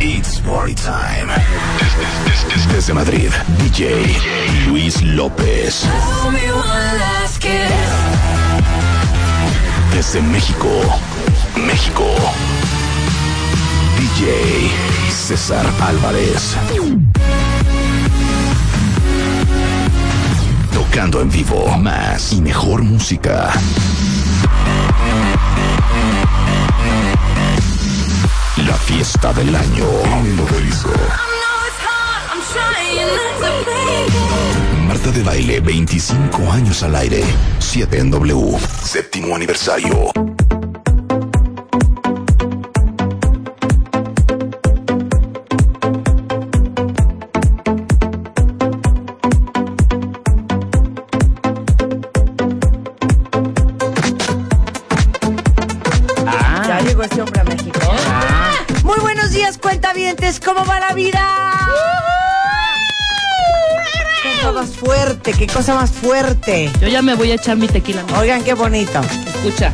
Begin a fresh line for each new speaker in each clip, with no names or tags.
It's party time. Desde, desde, desde, desde Madrid, DJ Luis López. Desde México, México. DJ César Álvarez. Tocando en vivo más y mejor música. La fiesta del año. Marta de baile, 25 años al aire. 7 en W. Séptimo aniversario.
Ya llegó este hombre a México. Muy buenos días, cuentavientes. ¿Cómo va la vida? Qué cosa más fuerte, qué cosa más fuerte.
Yo ya me voy a echar mi tequila. mi-
Oigan, qué bonito.
Escucha.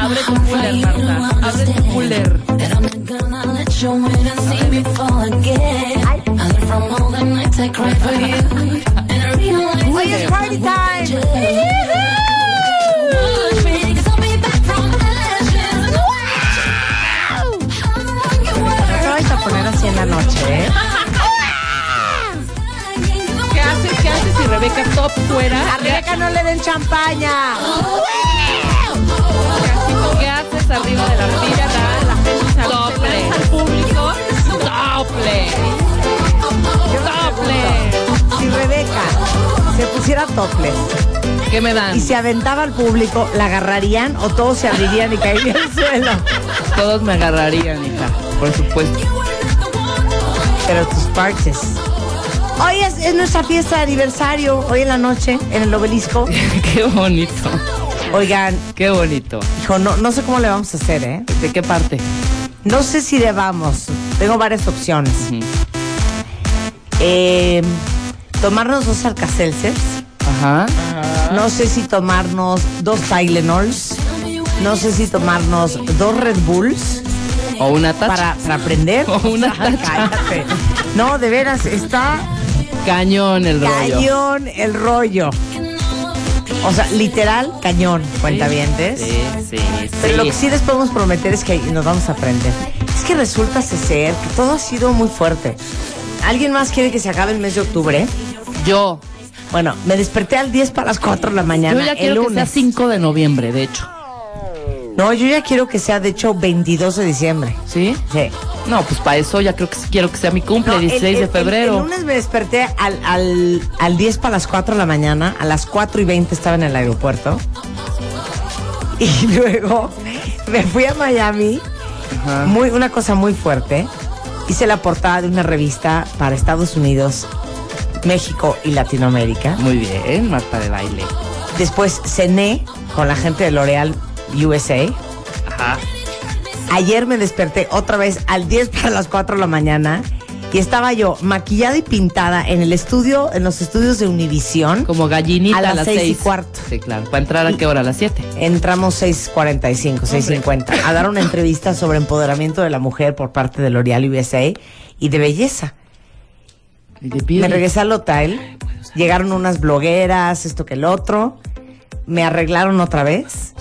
Abre tu cooler, Marta. Abre tu cooler.
Hoy es party time. No vais a poner así en la noche, ¿eh?
¿Qué haces? ¿Qué haces si Rebeca top
A
fuera?
Rebeca no le den champaña.
¿Qué haces arriba de la orilla? Da la gente al doble. al público? ¡Doble! ¡Doble!
Si Rebeca se pusiera topless
¿Qué me dan?
y se aventaba al público, ¿la agarrarían o todos se abrirían y caerían al suelo?
Todos me agarrarían, hija. Por supuesto.
Pero tus parches. Hoy es, es nuestra fiesta de aniversario, hoy en la noche, en el obelisco.
Qué bonito.
Oigan,
Qué bonito.
hijo, no, no sé cómo le vamos a hacer, ¿eh?
¿De qué parte?
No sé si debamos. Tengo varias opciones.
Ujú.
Eh, tomarnos dos alcacelses.
Ajá.
No sé si tomarnos dos Tylenols. No sé si tomarnos dos Red Bulls
O una tacha.
para, para aprender. Ah,
O una tacha.
Cállate. No, de veras, está
Cañón el rollo.
cañón el rollo. O sea, literal, cañón, cuentavientes.
Sí, sí,
Pero lo
sí.
que sí les podemos prometer es que nos vamos a aprender. Es que resulta ser que todo ha sido muy fuerte. ¿Alguien más quiere que se acabe el mes de octubre?
Yo.
Bueno, me desperté al 10 para las 4 de la
Yo
mañana.
ya
el
quiero que
lunes.
sea 5 de noviembre, de hecho.
No, yo ya quiero que sea, de hecho, 22 de diciembre.
¿Sí?
Sí.
No, pues para eso ya creo que sí quiero que sea mi cumple,
No, el-
16
el-
de
el- El,
febrero.
lunes me desperté al, al, al 10 para las 4 de la mañana. A las 4 y 20 estaba en el aeropuerto. Y luego me fui a Miami.
Ajá.
Muy, una cosa muy fuerte. Hice la portada de una revista para Estados Unidos, México y Latinoamérica.
Muy bien, Marta de baile.
Después cené con la gente de L'Oreal USA.
Ajá.
Ayer me desperté otra vez al 10 para las 4 de la mañana y estaba yo maquillada y pintada en el estudio, en los estudios de Univisión.
Como gallinita
A
a
las
las,
seis y
6.
cuarto.
Sí, claro. ¿Para entrar a qué hora? ¿A las 7?
Entramos 6.45, 6.50 a dar una entrevista sobre empoderamiento de la mujer por parte de L'Oreal USA y de belleza.
Y te piden-
Me regresé al hotel, llegaron unas blogueras, esto que el otro, me arreglaron otra vez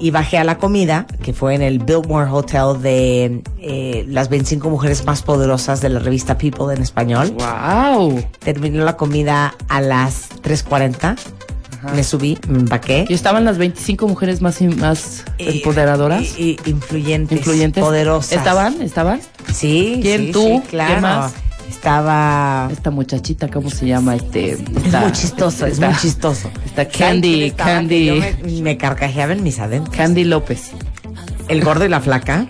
y bajé a la comida, que fue en el Biltmore Hotel de eh, las 25 mujeres más poderosas de la revista People en español.
¡Wow!
Terminó la comida a las 3.40, me subí, me empaqué.
¿Y estaban las 25 mujeres más, in- más
Eh,
empoderadoras?
y- y influyentes,
Influyentes.
poderosas.
¿Estaban? ¿Estaban?
Sí,
¿Quién?
sí,
¿Tú?
sí,
¿Quién
claro.
más?
Estaba...
Esta muchachita, ¿cómo se llama? Este,
Es
esta-
muy chistoso, es
esta-
muy chistoso.
Esta
¿Saben quién
Candy,
estaba?
Candy.
Que yo Me, me carcajeaba en mis adentros.
Candy López.
El gordo y la flaca.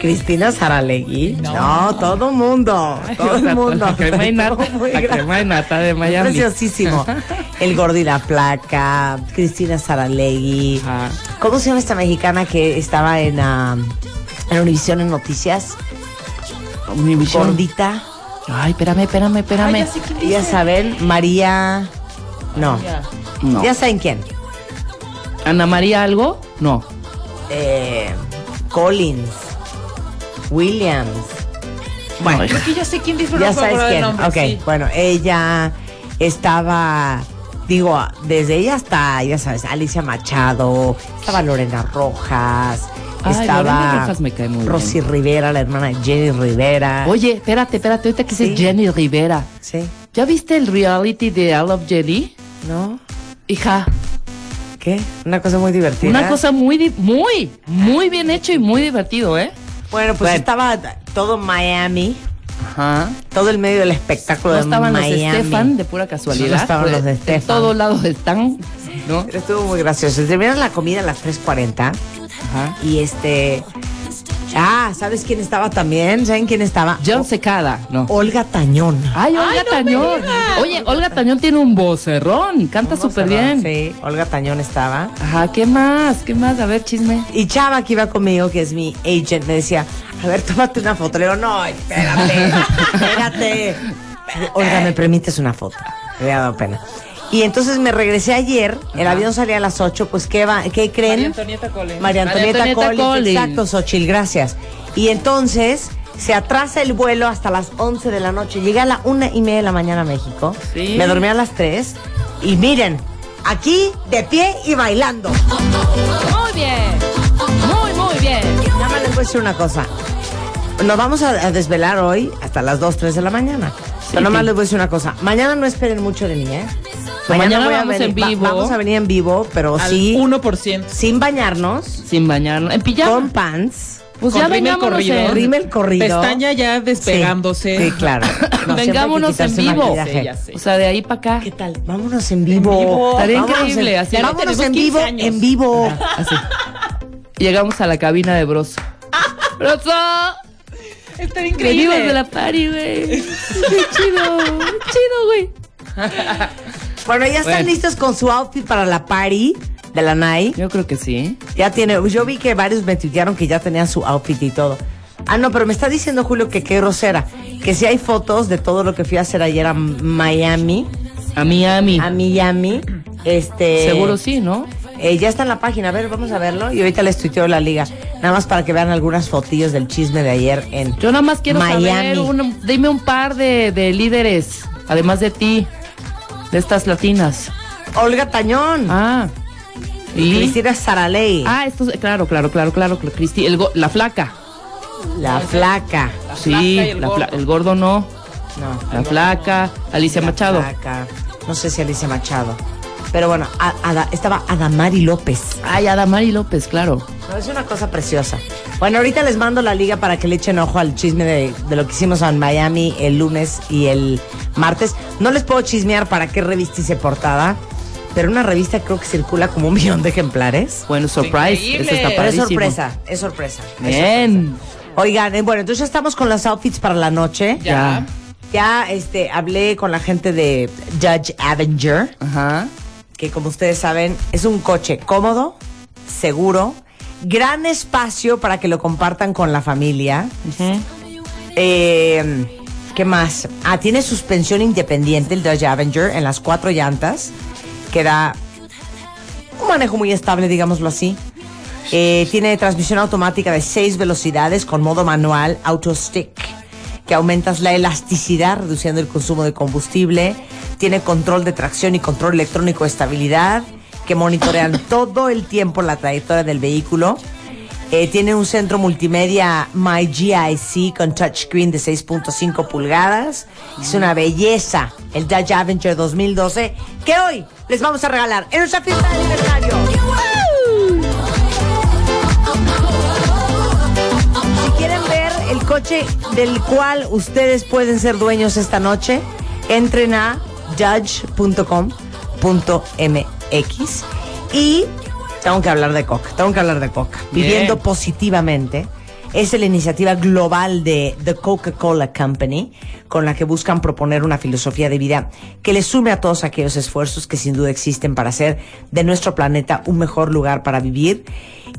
Cristina Saralegui. No, todo mundo. Todo el mundo.
La crema y nata,
Todo muy
la
grande.
crema y nata de Miami.
Preciosísimo. El gordo y la flaca. Cristina Saralegui.
Ajá.
¿Cómo se llama esta mexicana que estaba en, ah, en Univisión en Noticias?
Univision.
Gordita.
Ay, espérame, espérame, espérame.
Ya saben, María. No.
No.
Ya saben quién.
¿Ana María algo? No.
Eh, Collins. Williams. Bueno,
Porque ya sé quién disfruta
ya
el
sabes
del
quién.
nombre.
ok,
sí.
bueno, ella estaba, digo, desde ella hasta, ya sabes, Alicia Machado, estaba Lorena Rojas,
Ay,
estaba
Lorena Rojas me cae muy bien.
Rosy Rivera, la hermana de Jenny Rivera.
Oye, espérate, espérate, ahorita que
Sí.
dices Jenny Rivera.
Sí,
¿Ya viste el reality de I Love Jenny?
¿no?
Hija,
¿Qué? Una cosa muy divertida.
una cosa muy, di- muy, muy bien hecho y muy divertido, ¿eh?
Bueno, pues
Bueno.
estaba todo Miami,
Ajá.
todo el medio del espectáculo
No
de
estaban
Pues, Miami.
los Stefan de pura casualidad.
No estaban
pues,
los de Stefan.
todos lados están, ¿no?
Pero estuvo muy gracioso. Terminaron la comida a las 3.40
Ajá.
y este... Ah, ¿sabes quién estaba también? ¿Saben quién estaba?
John Secada, no.
Olga Tañón.
Ay, Olga Tañón. Oye, Olga Tañón tiene un vocerrón, canta súper bien.
Sí, Olga Tañón estaba.
Ajá, ¿qué más? ¿Qué más? A ver, chisme.
Y Chava, que iba conmigo, que es mi agent, me decía, a ver, tómate una foto. Le digo, no, espérate, espérate. Olga, ¿me permites una foto? Me había dado pena. Y entonces me regresé ayer, el avión salía a las 8, pues ¿qué, va, qué creen?
María Antonieta Collins.
María Antonieta,
María Antonieta
Collins,
Collins.
Exacto, Xochil, gracias. Y entonces se atrasa el vuelo hasta las 11 de la noche. Llegué a la una y media de la mañana a México.
Sí.
Me dormí a las 3. Y miren, aquí de pie y bailando.
Muy bien. Muy, muy bien.
Nada más les voy a decir una cosa. Nos vamos a, a desvelar hoy hasta las 2, 3 de la mañana. Pero nada más les voy a decir una cosa. Mañana no esperen mucho de mí, ¿eh?
No, mañana vamos
venir-
en vivo.
va- vamos a venir en vivo, pero
Al
sí,
1%.
sin bañarnos,
Sin bañarnos. En pijama.
con pants.
pues
con
ya
rímel
vengámonos
corrido.
en-
Rime el corrido.
Pestaña ya despegándose.
Sí, sí, claro. No, siempre hay que
Vengámonos en
quitarse
vivo.
maquillaje.
Sí, ya sé.
O sea, de ahí para acá.
¿Qué tal? Vámonos en vivo.
vivo.
Estaría
Vámonos
increíble,
en-
así ya no
vámonos
tenemos
en vivo,
15 años.
en vivo.
Así. Llegamos a la cabina de Broso. ¡Broso!
Está
Venimos
increíble.
de la party, güey. ¡Qué chido! ¡Chido, güey!
Bueno, ya están
Bueno.
listos con su outfit para la party de la NAI.
Yo creo que sí. ¿eh?
Ya tiene, yo vi que varios me tuitearon que ya tenían su outfit y todo. Ah, no, pero me está diciendo Julio que qué grosera. Que si hay fotos de todo lo que fui a hacer ayer a Miami,
A Miami.
a Miami, este...
Seguro sí, ¿no?
Eh, ya está en la página, a ver, vamos a verlo. Y ahorita les tuiteo la liga. Nada más para que vean algunas fotillos del chisme de ayer en
Yo nada más quiero
Miami.
saber, un- dime un par de, de líderes, además de ti, de estas latinas.
Olga Tañón.
Ah, y.
Cristina Saraley.
Ah, esto es- claro, claro, claro, claro, cl- Cristi, el go- la flaca.
La flaca.
flaca y
Sí,
el
la fla-
gordo.
el gordo no,
No.
la flaca, Alicia
La
Machado.
flaca. No sé si Alicia Machado. Pero bueno, a- Ada- estaba Adamari López.
Ay, Adamari López, claro.
No, es una cosa preciosa. Bueno, ahorita les mando la liga para que le echen ojo al chisme de, de lo que hicimos en Miami el lunes y el martes. No les puedo chismear para qué revista hice portada, pero una revista creo que circula como un millón de ejemplares.
Bueno, surprise,
Increíble.
eso está
Pero es
padrísimo.
sorpresa, es sorpresa. es
Bien.
sorpresa. Oigan, eh, bueno, entonces ya estamos con los outfits para la noche.
Ya.
Ya.
Ya este, hablé con la gente de Judge Avenger,
Ajá.
que como ustedes saben es un coche cómodo, seguro, gran espacio para que lo compartan con la familia. Eh, ¿Qué más? Ah, tiene suspensión independiente el Dodge Avenger en las cuatro llantas, que da un manejo muy estable, digámoslo así. Eh, tiene transmisión automática de seis velocidades con modo manual auto stick, que aumentas la elasticidad reduciendo el consumo de combustible. Tiene control de tracción y control electrónico de estabilidad, que monitorean todo el tiempo la trayectoria del vehículo. Eh, tiene un centro multimedia MyGIC con touchscreen de 6.5 pulgadas. Es una belleza el Dodge Avenger 2012 que hoy les vamos a regalar en nuestra fiesta de aniversario. Si quieren ver el coche del cual ustedes pueden ser dueños esta noche, entren a judge.com.mx y tengo que hablar de Coca, tengo que hablar de Coca.
Bien.
Viviendo positivamente es la iniciativa global de The Coca-Cola Company con la que buscan proponer una filosofía de vida que le sume a todos aquellos esfuerzos que sin duda existen para hacer de nuestro planeta un mejor lugar para vivir.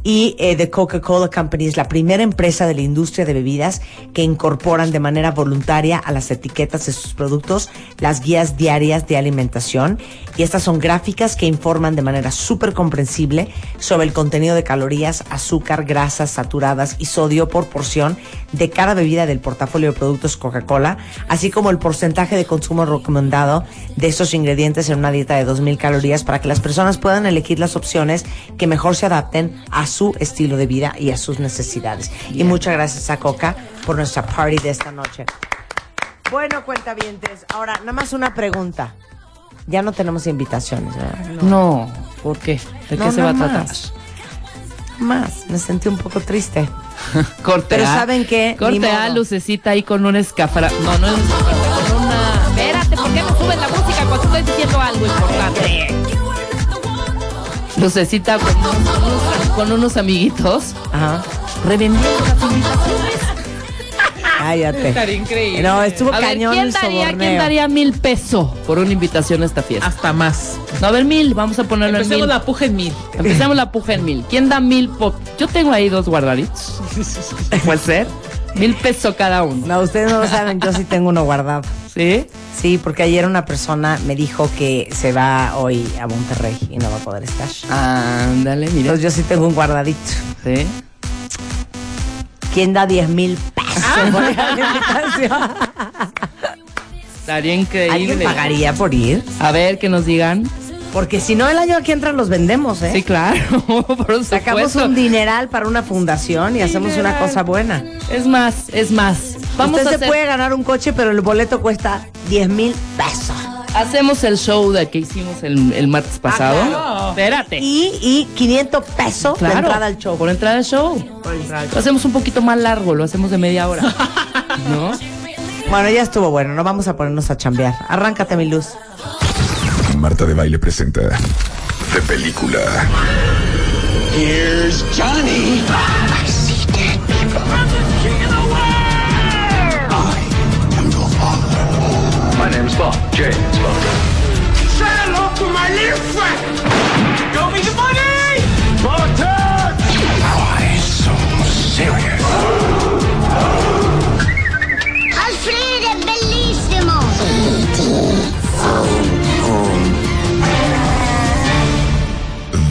Y eh, The Coca-Cola Company es la primera empresa de la industria de bebidas que incorporan de manera voluntaria a las etiquetas de sus productos las guías diarias de alimentación. Y estas son gráficas que informan de manera súper comprensible sobre el contenido de calorías, azúcar, grasas saturadas y sodio dio por porción de cada bebida del portafolio de productos Coca-Cola, así como el porcentaje de consumo recomendado de estos ingredientes en una dieta de 2.000 calorías para que las personas puedan elegir las opciones que mejor se adapten a su estilo de vida y a sus necesidades. Y muchas gracias a Coca por nuestra party de esta noche. Bueno, cuentavientes, ahora nada más una pregunta. Ya no tenemos invitaciones, ¿verdad?
No, ¿por qué? ¿De
No,
qué se va a
nada
tratar?
más. Más, me sentí un poco triste.
Corte
Pero
A.
¿saben qué? Ni
Corte A,
modo.
lucecita ahí con un escafra. No, no es un escafra- con una-
Espérate, ¿por qué no subes la música cuando estoy diciendo algo importante?
Lucecita con, con unos, con unos amiguitos.
Ajá.
Revendiendo las invitaciones.
Cállate.
Estaría increíble.
No, estuvo
A ver,
cañón
¿quién
el
daría,
soborneo.
¿quién daría mil pesos por una invitación a esta fiesta?
Hasta más.
No, a ver, mil. Vamos a ponerlo
Ah. Empecemos
en mil.
la puja en mil.
Empecemos la puja en mil. ¿Quién da mil? po- Yo tengo ahí dos guardaditos. ¿Puede ser? Mil pesos cada uno.
No, ustedes no lo saben, yo sí tengo uno guardado.
¿Sí?
Sí, porque ayer una persona me dijo que se va hoy a Monterrey y no va a poder estar.
Ándale, mira.
Entonces yo sí tengo un guardadito.
Sí.
¿Quién da 10 mil
Ah.
pesos por ir a la invitación?
Estaría increíble.
¿Alguien pagaría por ir?
A ver, que nos digan.
Porque si no, el año que entra los vendemos, ¿eh?
Sí, claro. Por
Sacamos
supuesto.
un dineral para una fundación y hacemos una
Dineral.
cosa buena.
Es más, es más. Vamos
Usted
a
se
hacer-
puede ganar un coche, pero el boleto cuesta 10 mil pesos.
Hacemos el show de que hicimos el, el martes pasado.
claro.
Espérate.
Ah, Y, y 500 pesos
Claro.
de entrada al show.
Por entrada al show. Lo hacemos un poquito más largo, lo hacemos de media hora. ¿No?
Bueno, ya estuvo bueno, no vamos a ponernos a chambear. Arráncate mi luz.
Marta de Baile presenta de película.
My name's Bob. James Bob.
Say hello to my little friend. Go me the money.
Why so serious?
Alfredo è bellissimo!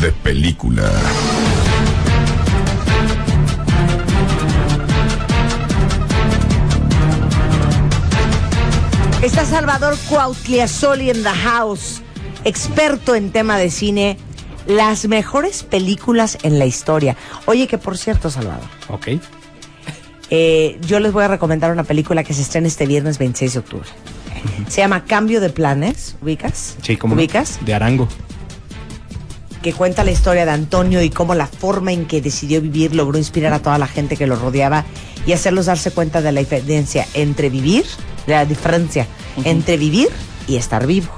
De película.
Está Salvador Cuautliazoli en The House, experto en tema de cine, las mejores películas en la historia. Oye, que por cierto, Salvador,
Ok.
eh, yo les voy a recomendar una película que se estrena este viernes 26 de octubre. Se llama Cambio de Planes, ¿ubicas?
Sí, como
¿Ubicas?
De Arango.
que cuenta la historia de Antonio y cómo la forma en que decidió vivir logró inspirar a toda la gente que lo rodeaba y hacerlos darse cuenta de la diferencia entre vivir, de la diferencia entre vivir y estar vivo.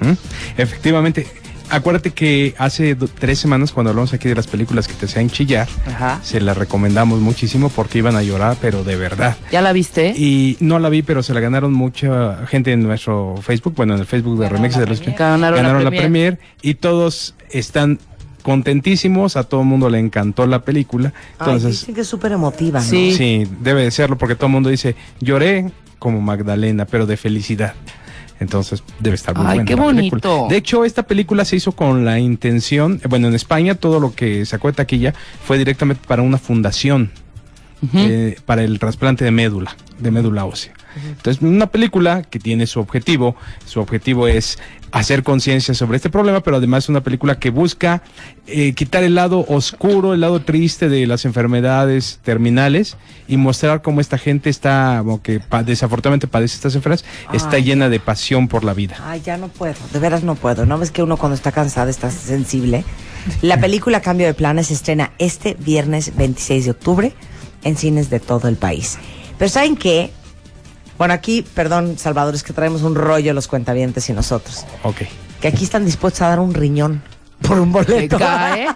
Ujú. Efectivamente. Acuérdate que hace do- tres semanas cuando hablamos aquí de las películas que te hacían chillar,
Ajá.
se las recomendamos muchísimo porque iban a llorar, pero de verdad.
¿Ya la viste?
Y no la vi, pero se la ganaron mucha gente en nuestro Facebook, bueno, en el Facebook de Remix de los que
Ganaron la
la,
premier.
premier y todos están contentísimos, a todo el mundo le encantó la película.
Entonces,
Entonces,
dicen que es súper emotiva, ¿no?
Sí.
Sí. debe de serlo porque todo el mundo dice, lloré como Magdalena, pero de felicidad. Entonces debe estar muy
Ay,
buena
qué
la película.
bonito.
De hecho, esta película se hizo con la intención, eh, bueno, en España todo lo que sacó de taquilla fue directamente para una fundación
Ujú.
eh, para el trasplante de médula, de médula ósea. Entonces, una película que tiene su objetivo, su objetivo es hacer conciencia sobre este problema, pero además es una película que busca eh, quitar el lado oscuro, el lado triste de las enfermedades terminales y mostrar cómo esta gente está, como que pa- desafortunadamente padece estas enfermedades, está
Ay.
llena de pasión por la vida.
Ay, ya no puedo, de veras no puedo. ¿No ves que uno cuando está cansado está sensible? La película Cambio de Planes se estrena este viernes 26 de octubre en cines de todo el país. Pero ¿saben qué? Bueno, aquí, perdón, Salvador, es que traemos un rollo los cuentavientes y nosotros.
Ok.
Que aquí están dispuestos a dar un riñón por un
Te
boleto.
cae.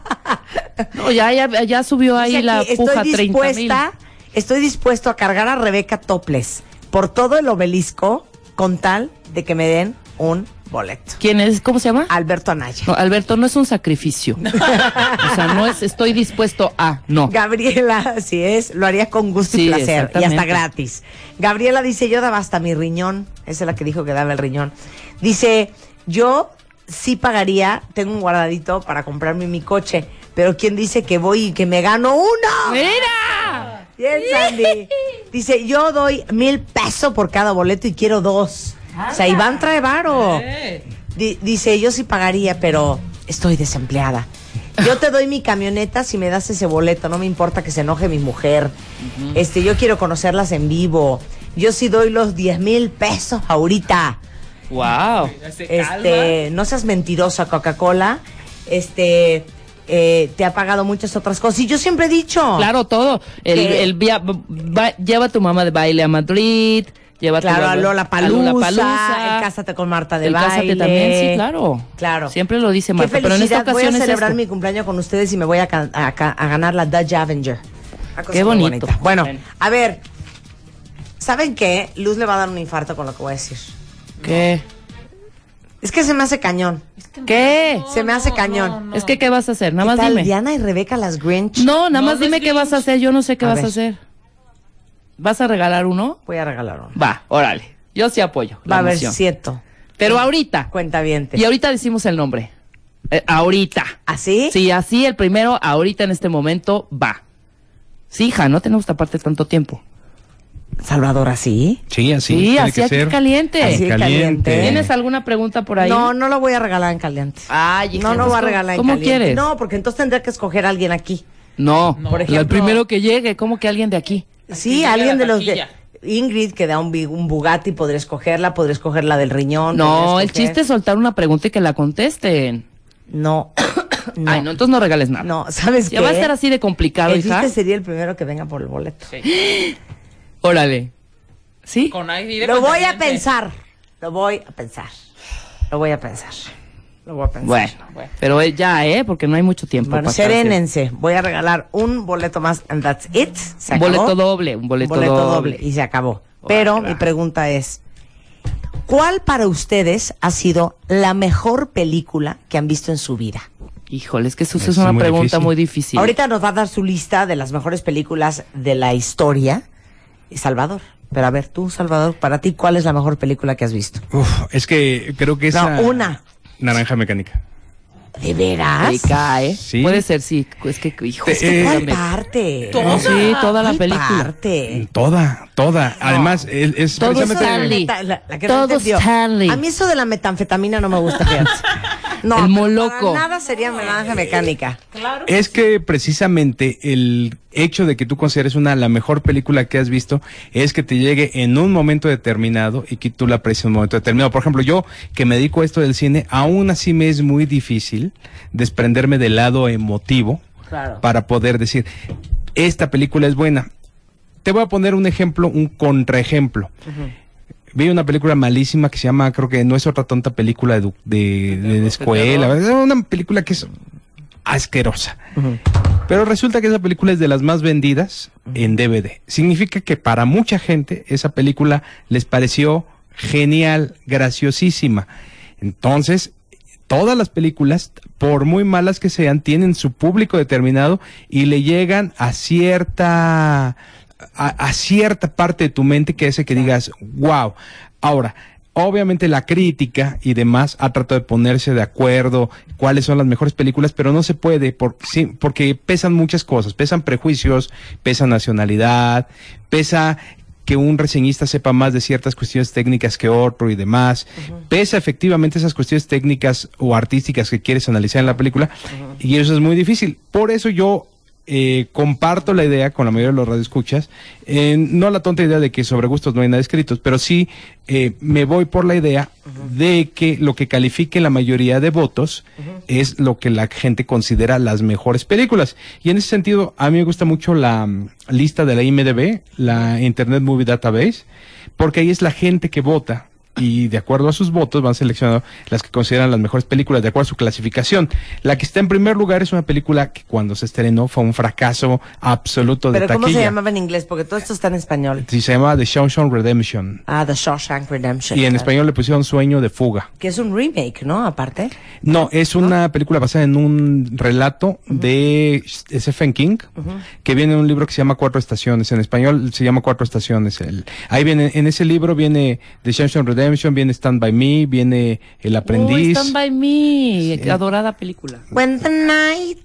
No, ya, ya, ya subió ahí
Dice
la
aquí,
puja
estoy
30 mil.
dispuesta, estoy dispuesto a cargar a Rebeca Toples por todo el obelisco con tal de que me den un boleto.
¿Quién es? ¿Cómo se llama?
Alberto Anaya.
No, Alberto, no es un sacrificio. o sea, no es estoy dispuesto a, no.
Gabriela, así es, lo haría con gusto y
Sí,
placer, y hasta
exactamente.
gratis. Gabriela dice, yo daba hasta mi riñón, esa es la que dijo que daba el riñón. Dice, yo sí pagaría, tengo un guardadito
¿Eh?
para comprarme mi coche, pero ¿quién dice que voy y que me gano uno?
¡Mira!
Bien, Sandy. Dice, yo doy mil pesos por cada boleto y quiero dos. O sea, Iván trae varo. Di- dice, yo sí pagaría, pero estoy desempleada. Yo te doy mi camioneta si me das ese boleto, no me importa que se enoje mi mujer. Este, yo quiero conocerlas en vivo. Yo sí doy los 10 mil pesos ahorita.
Wow.
Este, no seas mentirosa, Coca-Cola. Este, eh, te ha pagado muchas otras cosas. Y yo siempre he dicho.
Claro, todo. El,
¿Qué?
el via- va- lleva a tu mamá de baile a Madrid. Lleva
Claro,
tu,
a Lola Palusa,
Lollapalooza,
el Cásate con Marta de
el
Baile.
Cásate también, sí, claro.
Claro.
Siempre lo dice
Qué
Marta, pero en esta
felicidad, voy a
ocasión es
celebrar
esto.
mi cumpleaños con ustedes y me voy a, ca- a ca- a ganar la Dutch Avenger. Una cosa
Qué
muy
bonito.
bonita. Bueno,
Bueno.
a ver, ¿saben qué? Luz le va a dar un infarto con lo que voy a decir.
¿Qué?
Es que se me hace cañón.
¿Qué?
se me hace cañón.
Es que, ¿qué vas a hacer? Nada
¿Qué
más
tal,
dime.
Diana y Rebeca las Grinch.
No, nada más dime qué vas a hacer. Yo no sé qué
A
vas
ver.
a hacer. ¿Vas a regalar uno?
Voy a regalar uno.
Va, órale. Yo sí apoyo. la
Va a haber
moción.
cierto.
Pero ahorita.
Cuenta bien.
Y ahorita decimos el nombre. Eh, ahorita.
¿Así?
Sí, así el primero, ahorita en este momento, va. Sí, hija, no tenemos que taparte tanto tiempo.
Salvador, así.
Sí, así.
Sí,
tiene
así
que
aquí
ser.
caliente.
Así de caliente.
Caliente.
¿Tienes alguna pregunta por ahí?
No, no lo voy a regalar en caliente.
Ay, hija,
no, no
entonces,
voy a regalar en
pues, ¿Cómo
caliente.
quieres?
No, porque entonces tendría que escoger a alguien aquí.
No,
Por ejemplo-
el primero que llegue, ¿cómo que alguien de aquí?
Sí, alguien de los que Ingrid que da un, bi- un Bugatti podría escogerla, podría escoger la del riñón.
No,
podría
el
escoger-
chiste es soltar una pregunta y que la contesten.
no. no.
Ay, no, entonces no regales nada.
No, ¿sabes
Ya
qué?
va a estar así de complicado,
El
hija.
chiste sería el primero que venga por el boleto.
Órale. ¿Sí?
Lo voy a
¿eh?
pensar. Lo voy a pensar. Lo voy a pensar. Lo voy a pensar.
Bueno, pero eh, ya, ¿eh? Porque no hay mucho tiempo.
Bueno,
para estar haciendo-
serénense. Voy a regalar un boleto más and that's it. Se
Un
acabó.
boleto doble, un boleto, doble.
Y se acabó. Pero mi pregunta es, ¿cuál para ustedes ha sido la mejor película que han visto en su vida?
Híjole, es que eso,
Eso
es una
es muy
pregunta
difícil.
muy difícil.
Ahorita nos va a dar su lista de las mejores películas de la historia. Salvador. Pero a ver, tú, Salvador, para ti, ¿cuál es la mejor película que has visto?
Uf, es que creo que esa.
No, una.
Naranja mecánica.
¿De veras?
Te cae.
Sí.
Puede ser, sí. Es que, hijo, es que
Eh,
¿Cuál
también.
parte?
No, Sí, toda la
¿Cuál
película.
parte?
Toda, toda. Además, es, es
Todo
Eso de la
Stanley.
meta- la- la que no
Todo
entendió.
Stanley.
A mí eso de la metanfetamina no me gusta, fíjate. No,
El
pero
moloco.
para nada sería naranja mecánica.
Es que precisamente el hecho de que tú consideres una la mejor película que has visto es que te llegue en un momento determinado y que tú la aprecies en un momento determinado. Por ejemplo, yo que me dedico a esto del cine, aún así me es muy difícil desprenderme del lado emotivo para poder decir, esta película es buena. Te voy a poner un ejemplo, un contraejemplo. Vi una película malísima que se llama, creo que no es otra tonta película de, de- de escuela. Es una película que es asquerosa. Pero resulta que esa película es de las más vendidas en DVD. Significa que para mucha gente esa película les pareció genial, graciosísima. Entonces, todas las películas, por muy malas que sean, tienen su público determinado y le llegan a cierta a, a cierta parte de tu mente que hace que digas, wow. Ahora, obviamente la crítica y demás ha tratado de ponerse de acuerdo cuáles son las mejores películas, pero no se puede por, sí, porque pesan muchas cosas, pesan prejuicios, pesa nacionalidad, pesa que un reseñista sepa más de ciertas cuestiones técnicas que otro y demás. Pesa efectivamente esas cuestiones técnicas o artísticas que quieres analizar en la película y eso es muy difícil. Por eso yo eh, comparto la idea con la mayoría de los radioescuchas, eh, no la tonta idea de que sobre gustos no hay nada escritos, pero sí eh, me voy por la idea de que lo que califique la mayoría de votos es lo que la gente considera las mejores películas. Y en ese sentido, a mí me gusta mucho la mm, lista de la IMDB, la Internet Movie Database, porque ahí es la gente que vota y de acuerdo a sus votos van seleccionando las que consideran las mejores películas, de acuerdo a su clasificación. La que está en primer lugar es una película que cuando se estrenó fue un fracaso absoluto de
Pero
taquilla.
¿cómo se llamaba en inglés? Porque todo esto está en español.
Sí, se llama The Shawshank Redemption.
Ah, The Shawshank Redemption.
Y en
claro.
español le pusieron Sueño de Fuga.
Que es un remake, ¿no? Aparte.
No, es una película basada en un relato de Stephen King, que viene en un libro que se llama Cuatro Estaciones. En español se llama Cuatro Estaciones. El, ahí viene, en ese libro viene The Shawshank Redemption, viene Stand By Me, viene El
Uy,
Aprendiz.
Stand by me, adorada película.
When the night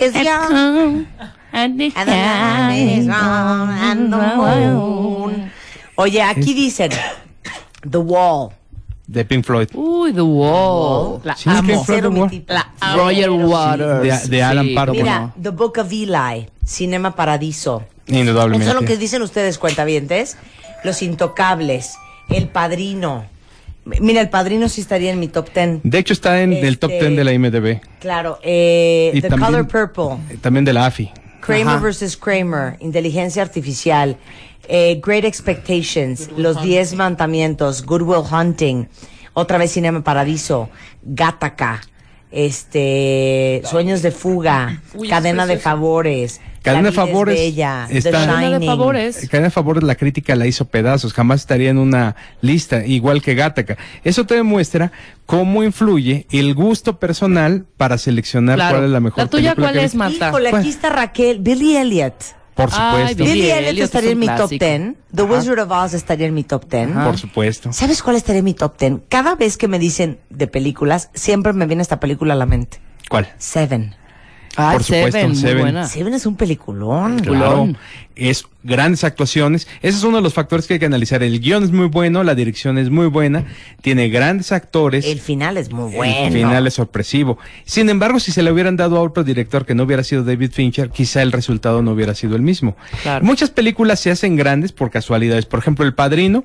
It's young and the night is long and the moon. Oye, aquí dicen The Wall.
de Pink Floyd.
Uy, The Wall. La
Sí,
amo.
Pink Floyd,
Cero
The Wall.
mi
La amo. Roger Waters.
de- de Alan
Sí,
Parr.
cómo
Mira,
no.
The Book of Eli, Cinema Paradiso.
Indudablemente.
Eso es lo que dicen ustedes, cuentavientes. Los Intocables, El Padrino. M- Mira, El Padrino sí estaría en mi top ten.
De hecho, está en el top
Este-
10 de la IMDB.
Claro, eh,
Y
The
también-
Color Purple,
eh, También de la AFI.
Kramer vs. Kramer, Inteligencia Artificial, eh, Great Expectations, Los Diez Mandamientos, Goodwill Hunting, otra vez Cinema Paradiso, Gataca, este, Sueños de Fuga,
Uy,
Cadena
es
de
precioso.
Favores,
Cadena
La
de
vida es
Favores
Bella, The
está- Cadena
Cadena de
Shining.
favores.
Cadena de favor, la crítica la hizo pedazos, jamás estaría en una lista, igual que Gataca. Eso te demuestra cómo influye el gusto personal para seleccionar
Claro.
cuál es la mejor
¿La tuya
película
cuál
que
es,
viste.
Marta?
Híjole, aquí está Raquel, Billy Elliot.
Por
Ay,
supuesto,
Billy
Billy Elliot
Elliot
estaría
es
en
un
mi top
clásico.
10. The Wizard of Oz estaría en mi top 10.
Ah.
por supuesto.
¿Sabes cuál estaría en mi top 10? Cada vez que me dicen de películas, siempre me viene esta película a la mente.
¿Cuál?
Seven.
Ah,
Por supuesto,
Seven, muy
Seven.
buena.
Seven es un peliculón.
Claro,
Peliculón.
es grandes actuaciones. Ese es uno de los factores que hay que analizar. El guión es muy bueno, la dirección es muy buena, tiene grandes actores.
El final es muy
El
bueno.
final es sorpresivo. Sin embargo, si se le hubieran dado a otro director que no hubiera sido David Fincher, quizá el resultado no hubiera sido el mismo.
Claro.
Muchas películas se hacen grandes por casualidades. Por ejemplo, El Padrino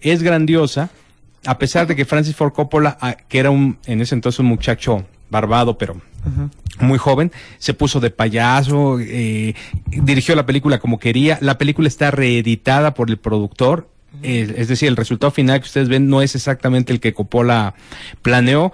es grandiosa, a pesar de que Francis Ford Coppola, ah, que era un, en ese entonces un muchacho barbado, pero muy joven, se puso de payaso, eh, dirigió la película como quería, la película está reeditada por el productor, eh, es decir, el resultado final que ustedes ven no es exactamente el que Coppola planeó.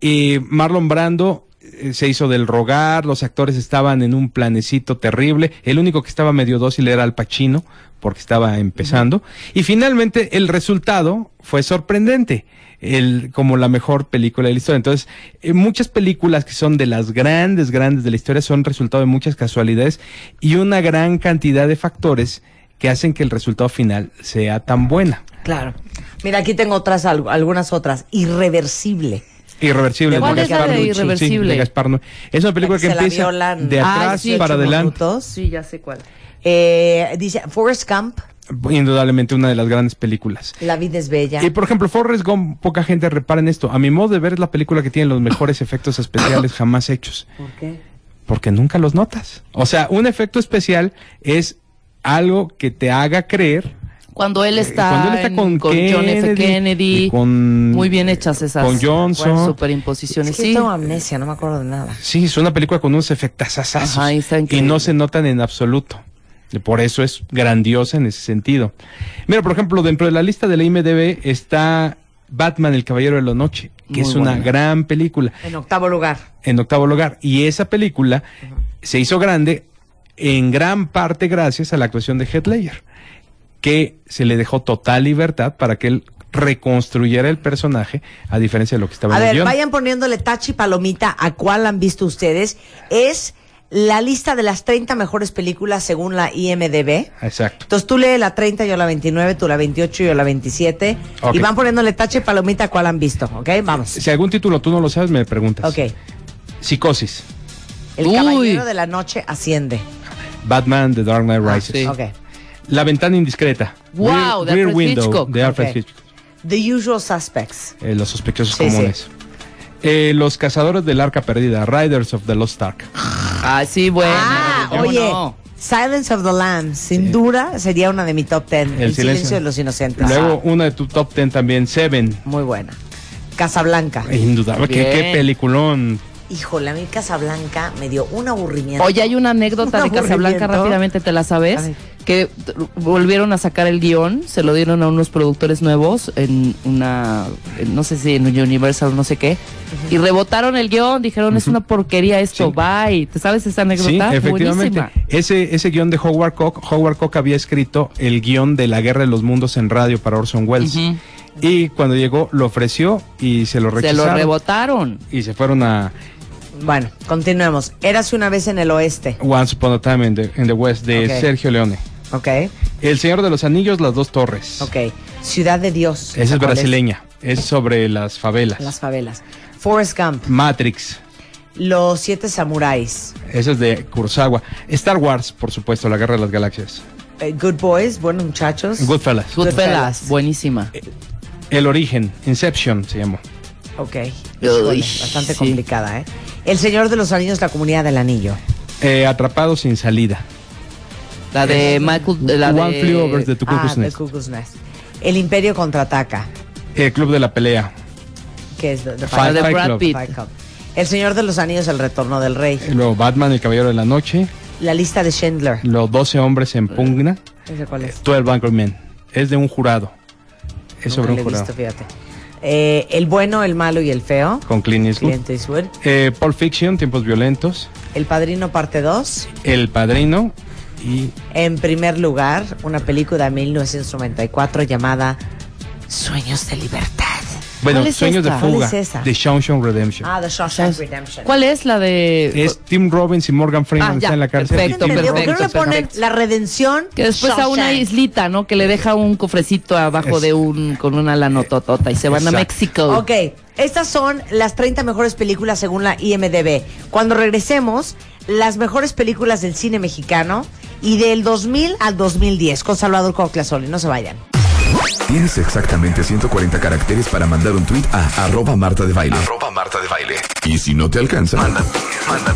Eh, Marlon Brando eh, se hizo del rogar, los actores estaban en un planecito terrible, el único que estaba medio dócil era Al Pacino, porque estaba empezando, y finalmente el resultado fue sorprendente, el, como la mejor película de la historia. Entonces, eh, muchas películas que son de las grandes, grandes de la historia son resultado de muchas casualidades y una gran cantidad de factores que hacen que el resultado final sea tan buena.
Claro. Mira, aquí tengo otras, al- algunas otras. Irreversible.
Irreversible.
¿Cuál
de
es la
Gaspar
de
Noé. Sí,
Irreversible?
de Gaspar Noé. Es una película
La
que
que se la
empieza
violan.
de
Ah,
atrás
sí,
para
ocho
adelante.
minutos.
Sí, ya sé cuál.
Eh, dice Forrest Gump,
Indudablemente una de las grandes películas.
La vida es bella.
Y por ejemplo, Forrest Gump, poca gente repara en esto. A mi modo de ver, es la película que tiene los mejores efectos especiales jamás hechos.
¿Por qué?
Porque nunca los notas. O sea, un efecto especial es algo que te haga creer
Cuando él está,
Eh, Cuando él está
en-
con
con, John F.
Kennedy,
Kennedy.
y con-
muy bien hechas esas.
con Johnson.
bueno,
Es
superimposiciones.
que
Sí.
tengo amnesia, no me acuerdo de nada.
Sí, es una película con unos efectasazazos
Ajá, y está
y
increíble.
no se notan en absoluto. Por eso es grandiosa en ese sentido. Mira, por ejemplo, dentro de la lista de la IMDb está Batman, el Caballero de la Noche,
Muy
que es una
buena.
gran película
En octavo lugar.
en octavo lugar. Y esa película se hizo grande en gran parte gracias a la actuación de Heath Ledger, que se le dejó total libertad para que él reconstruyera el personaje, a diferencia de lo que estaba
A
en el
ver,
guión.
vayan poniéndole tachi palomita a cuál han visto ustedes. Es la lista de las 30 mejores películas según la IMDB.
Exacto.
Entonces tú lee la 30, yo la 29, tú la 28, yo la 27.
Ok.
Y van poniéndole tache palomita a cuál han visto, ¿ok? Vamos.
Si algún título tú no lo sabes, me preguntas.
Ok.
Psicosis,
El
Uy.
caballero de la noche asciende.
Batman, The Dark Knight
Ah,
Rises.
sí.
Ok.
La ventana indiscreta.
Wow, de
Rear
Alfred
Window,
Hitchcock.
de Alfred
Ok.
Hitchcock.
The usual suspects.
Eh, los sospechosos
Sí, sí.
comunes. Eh, los cazadores del arca perdida, Riders of the Lost Ark.
Ah, sí, bueno.
ah,
¿cómo
oye.
no?
Silence of the Lambs, sin duda, sería una de mi top 10. El, silencio. de los inocentes.
Luego una de tu top ten también, Seven.
Muy buena. Casablanca.
Indudable, qué,
Bien.
qué peliculón.
Híjole, a mí Casablanca me dio un aburrimiento.
Oye, hay una anécdota
Un
de Casablanca,
aburrimiento.
rápidamente te la
A ver.
sabes, que t- volvieron a sacar el guión, se lo dieron a unos productores nuevos en una, en no sé si en Universal o no sé qué, y rebotaron el guión, dijeron, es una porquería esto,
Sí.
bye. ¿Te sabes esa
Sí,
anécdota?
efectivamente.
Buenísima.
Ese, ese guión de Howard Koch, Howard Koch había escrito el guión de La Guerra de los Mundos en radio para Orson Welles.
Ujú.
Y cuando llegó, lo ofreció y se lo
Se
rechazaron.
lo rebotaron.
y se fueron a
Bueno, continuemos. Érase una vez en el oeste.
Once Upon a Time in the, in the West de
Ok.
Sergio Leone.
Ok,
El Señor de los Anillos, Las Dos Torres.
ok. Ciudad de Dios.
Esa es
¿Cuál
brasileña. Es sobre las favelas.
Las favelas. Forrest Gump.
Matrix.
Los siete samuráis.
Eso es de Kurosawa. Star Wars, por supuesto, la guerra de las galaxias.
Eh, Good Boys, buenos muchachos. Goodfellas.
Goodfellas.
Goodfellas. Buenísima.
El origen, Inception se llamó.
Ok. Híjole,
Uy,
bastante
sí.
complicada, ¿eh? El Señor de los Anillos, la comunidad del anillo.
Eh, Atrapado sin salida.
La de Michael. La
One
de-
Flew Over the Cuckoo's
ah,
Nest.
The Cuckoo's Nest. El Imperio contraataca,
Eh, Club de la pelea.
que es The, the
La
Fight-
de
Fight
Brad
Club.
Pitt.
Fight Club. El Señor de los Anillos, el retorno del rey.
Eh, Luego Batman, el caballero de la noche.
La lista de Schindler.
Los 12 hombres en pugna.
¿Ese cuál es?
12 Angry Men. Es de un jurado. Es sobre
Nunca
un
lo he
jurado.
visto, fíjate. Eh, el bueno, el malo y el feo.
Con Clint Eastwood.
Clint Eastwood.
Eh, Pulp Fiction, Tiempos Violentos.
El Padrino parte 2.
El Padrino. Y
En primer lugar, una película de 1994 llamada Sueños de Libertad.
bueno,
¿Cuál es
Sueños
esta?
de
¿Cuál
Fuga.
es esa?
De Shawshank Redemption.
Ah, The Shawshank Redemption.
¿Cuál es la de.?
es Tim Robbins y Morgan Freeman
Ah, ya,
están en la cárcel.
perfecto,
Tim
Entendido,
perfecto,
¿Por qué no le
Robbins-
ponen la redención?
Que después a una
Shawshank?
islita, ¿no? Que le deja un cofrecito abajo
Es-
de un. con una lanototota y se van a
Exacto.
México.
Ok, estas son las 30 mejores películas según la IMDB. Cuando regresemos, las mejores películas del cine mexicano y del 2000 al 2010 con Salvador Coclasoli. No se vayan.
Tienes exactamente 140 caracteres para mandar un tweet a arroba Marta de Baile. Arroba Marta de Baile. Y si no te alcanza, mándanos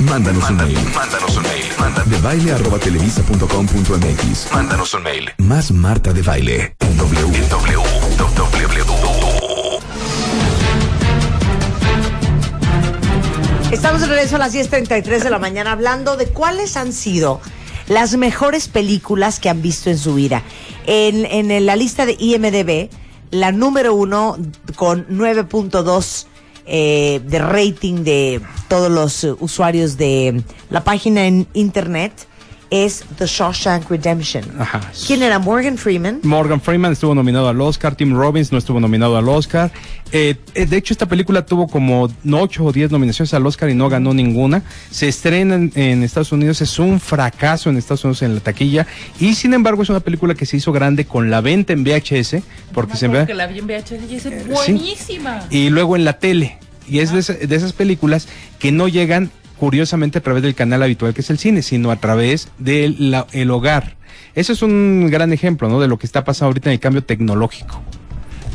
un mail. Mándanos un mail. De baile arroba televisa.com.mx. Mándanos un mail. Más Marta de Baile. en W. En W.
Estamos de regreso a las 10.33 de la mañana hablando de cuáles han sido las mejores películas que han visto en su vida. En, en el- la lista de IMDB, la número uno con 9.2 eh, de rating de todos los eh, usuarios de la página en internet es The Shawshank Redemption.
Ajá.
¿Quién era? Morgan Freeman.
Morgan Freeman estuvo nominado al Oscar, Tim Robbins no estuvo nominado al Oscar. Eh, eh, de hecho, esta película tuvo como 8 o 10 nominaciones al Oscar y no ganó ninguna. Se estrena en, en Estados Unidos, es un fracaso en Estados Unidos en la taquilla. Y sin embargo, es una película que se hizo grande con la venta en VHS, porque se ve.
Porque la vi en VHS y es
Eh, sí.
buenísima.
Y luego en la tele. Y es de, esa- de esas películas que no llegan curiosamente a través del canal habitual que es el cine, sino a través del la- el hogar. Eso es un gran ejemplo, ¿no? De lo que está pasando ahorita en el cambio tecnológico.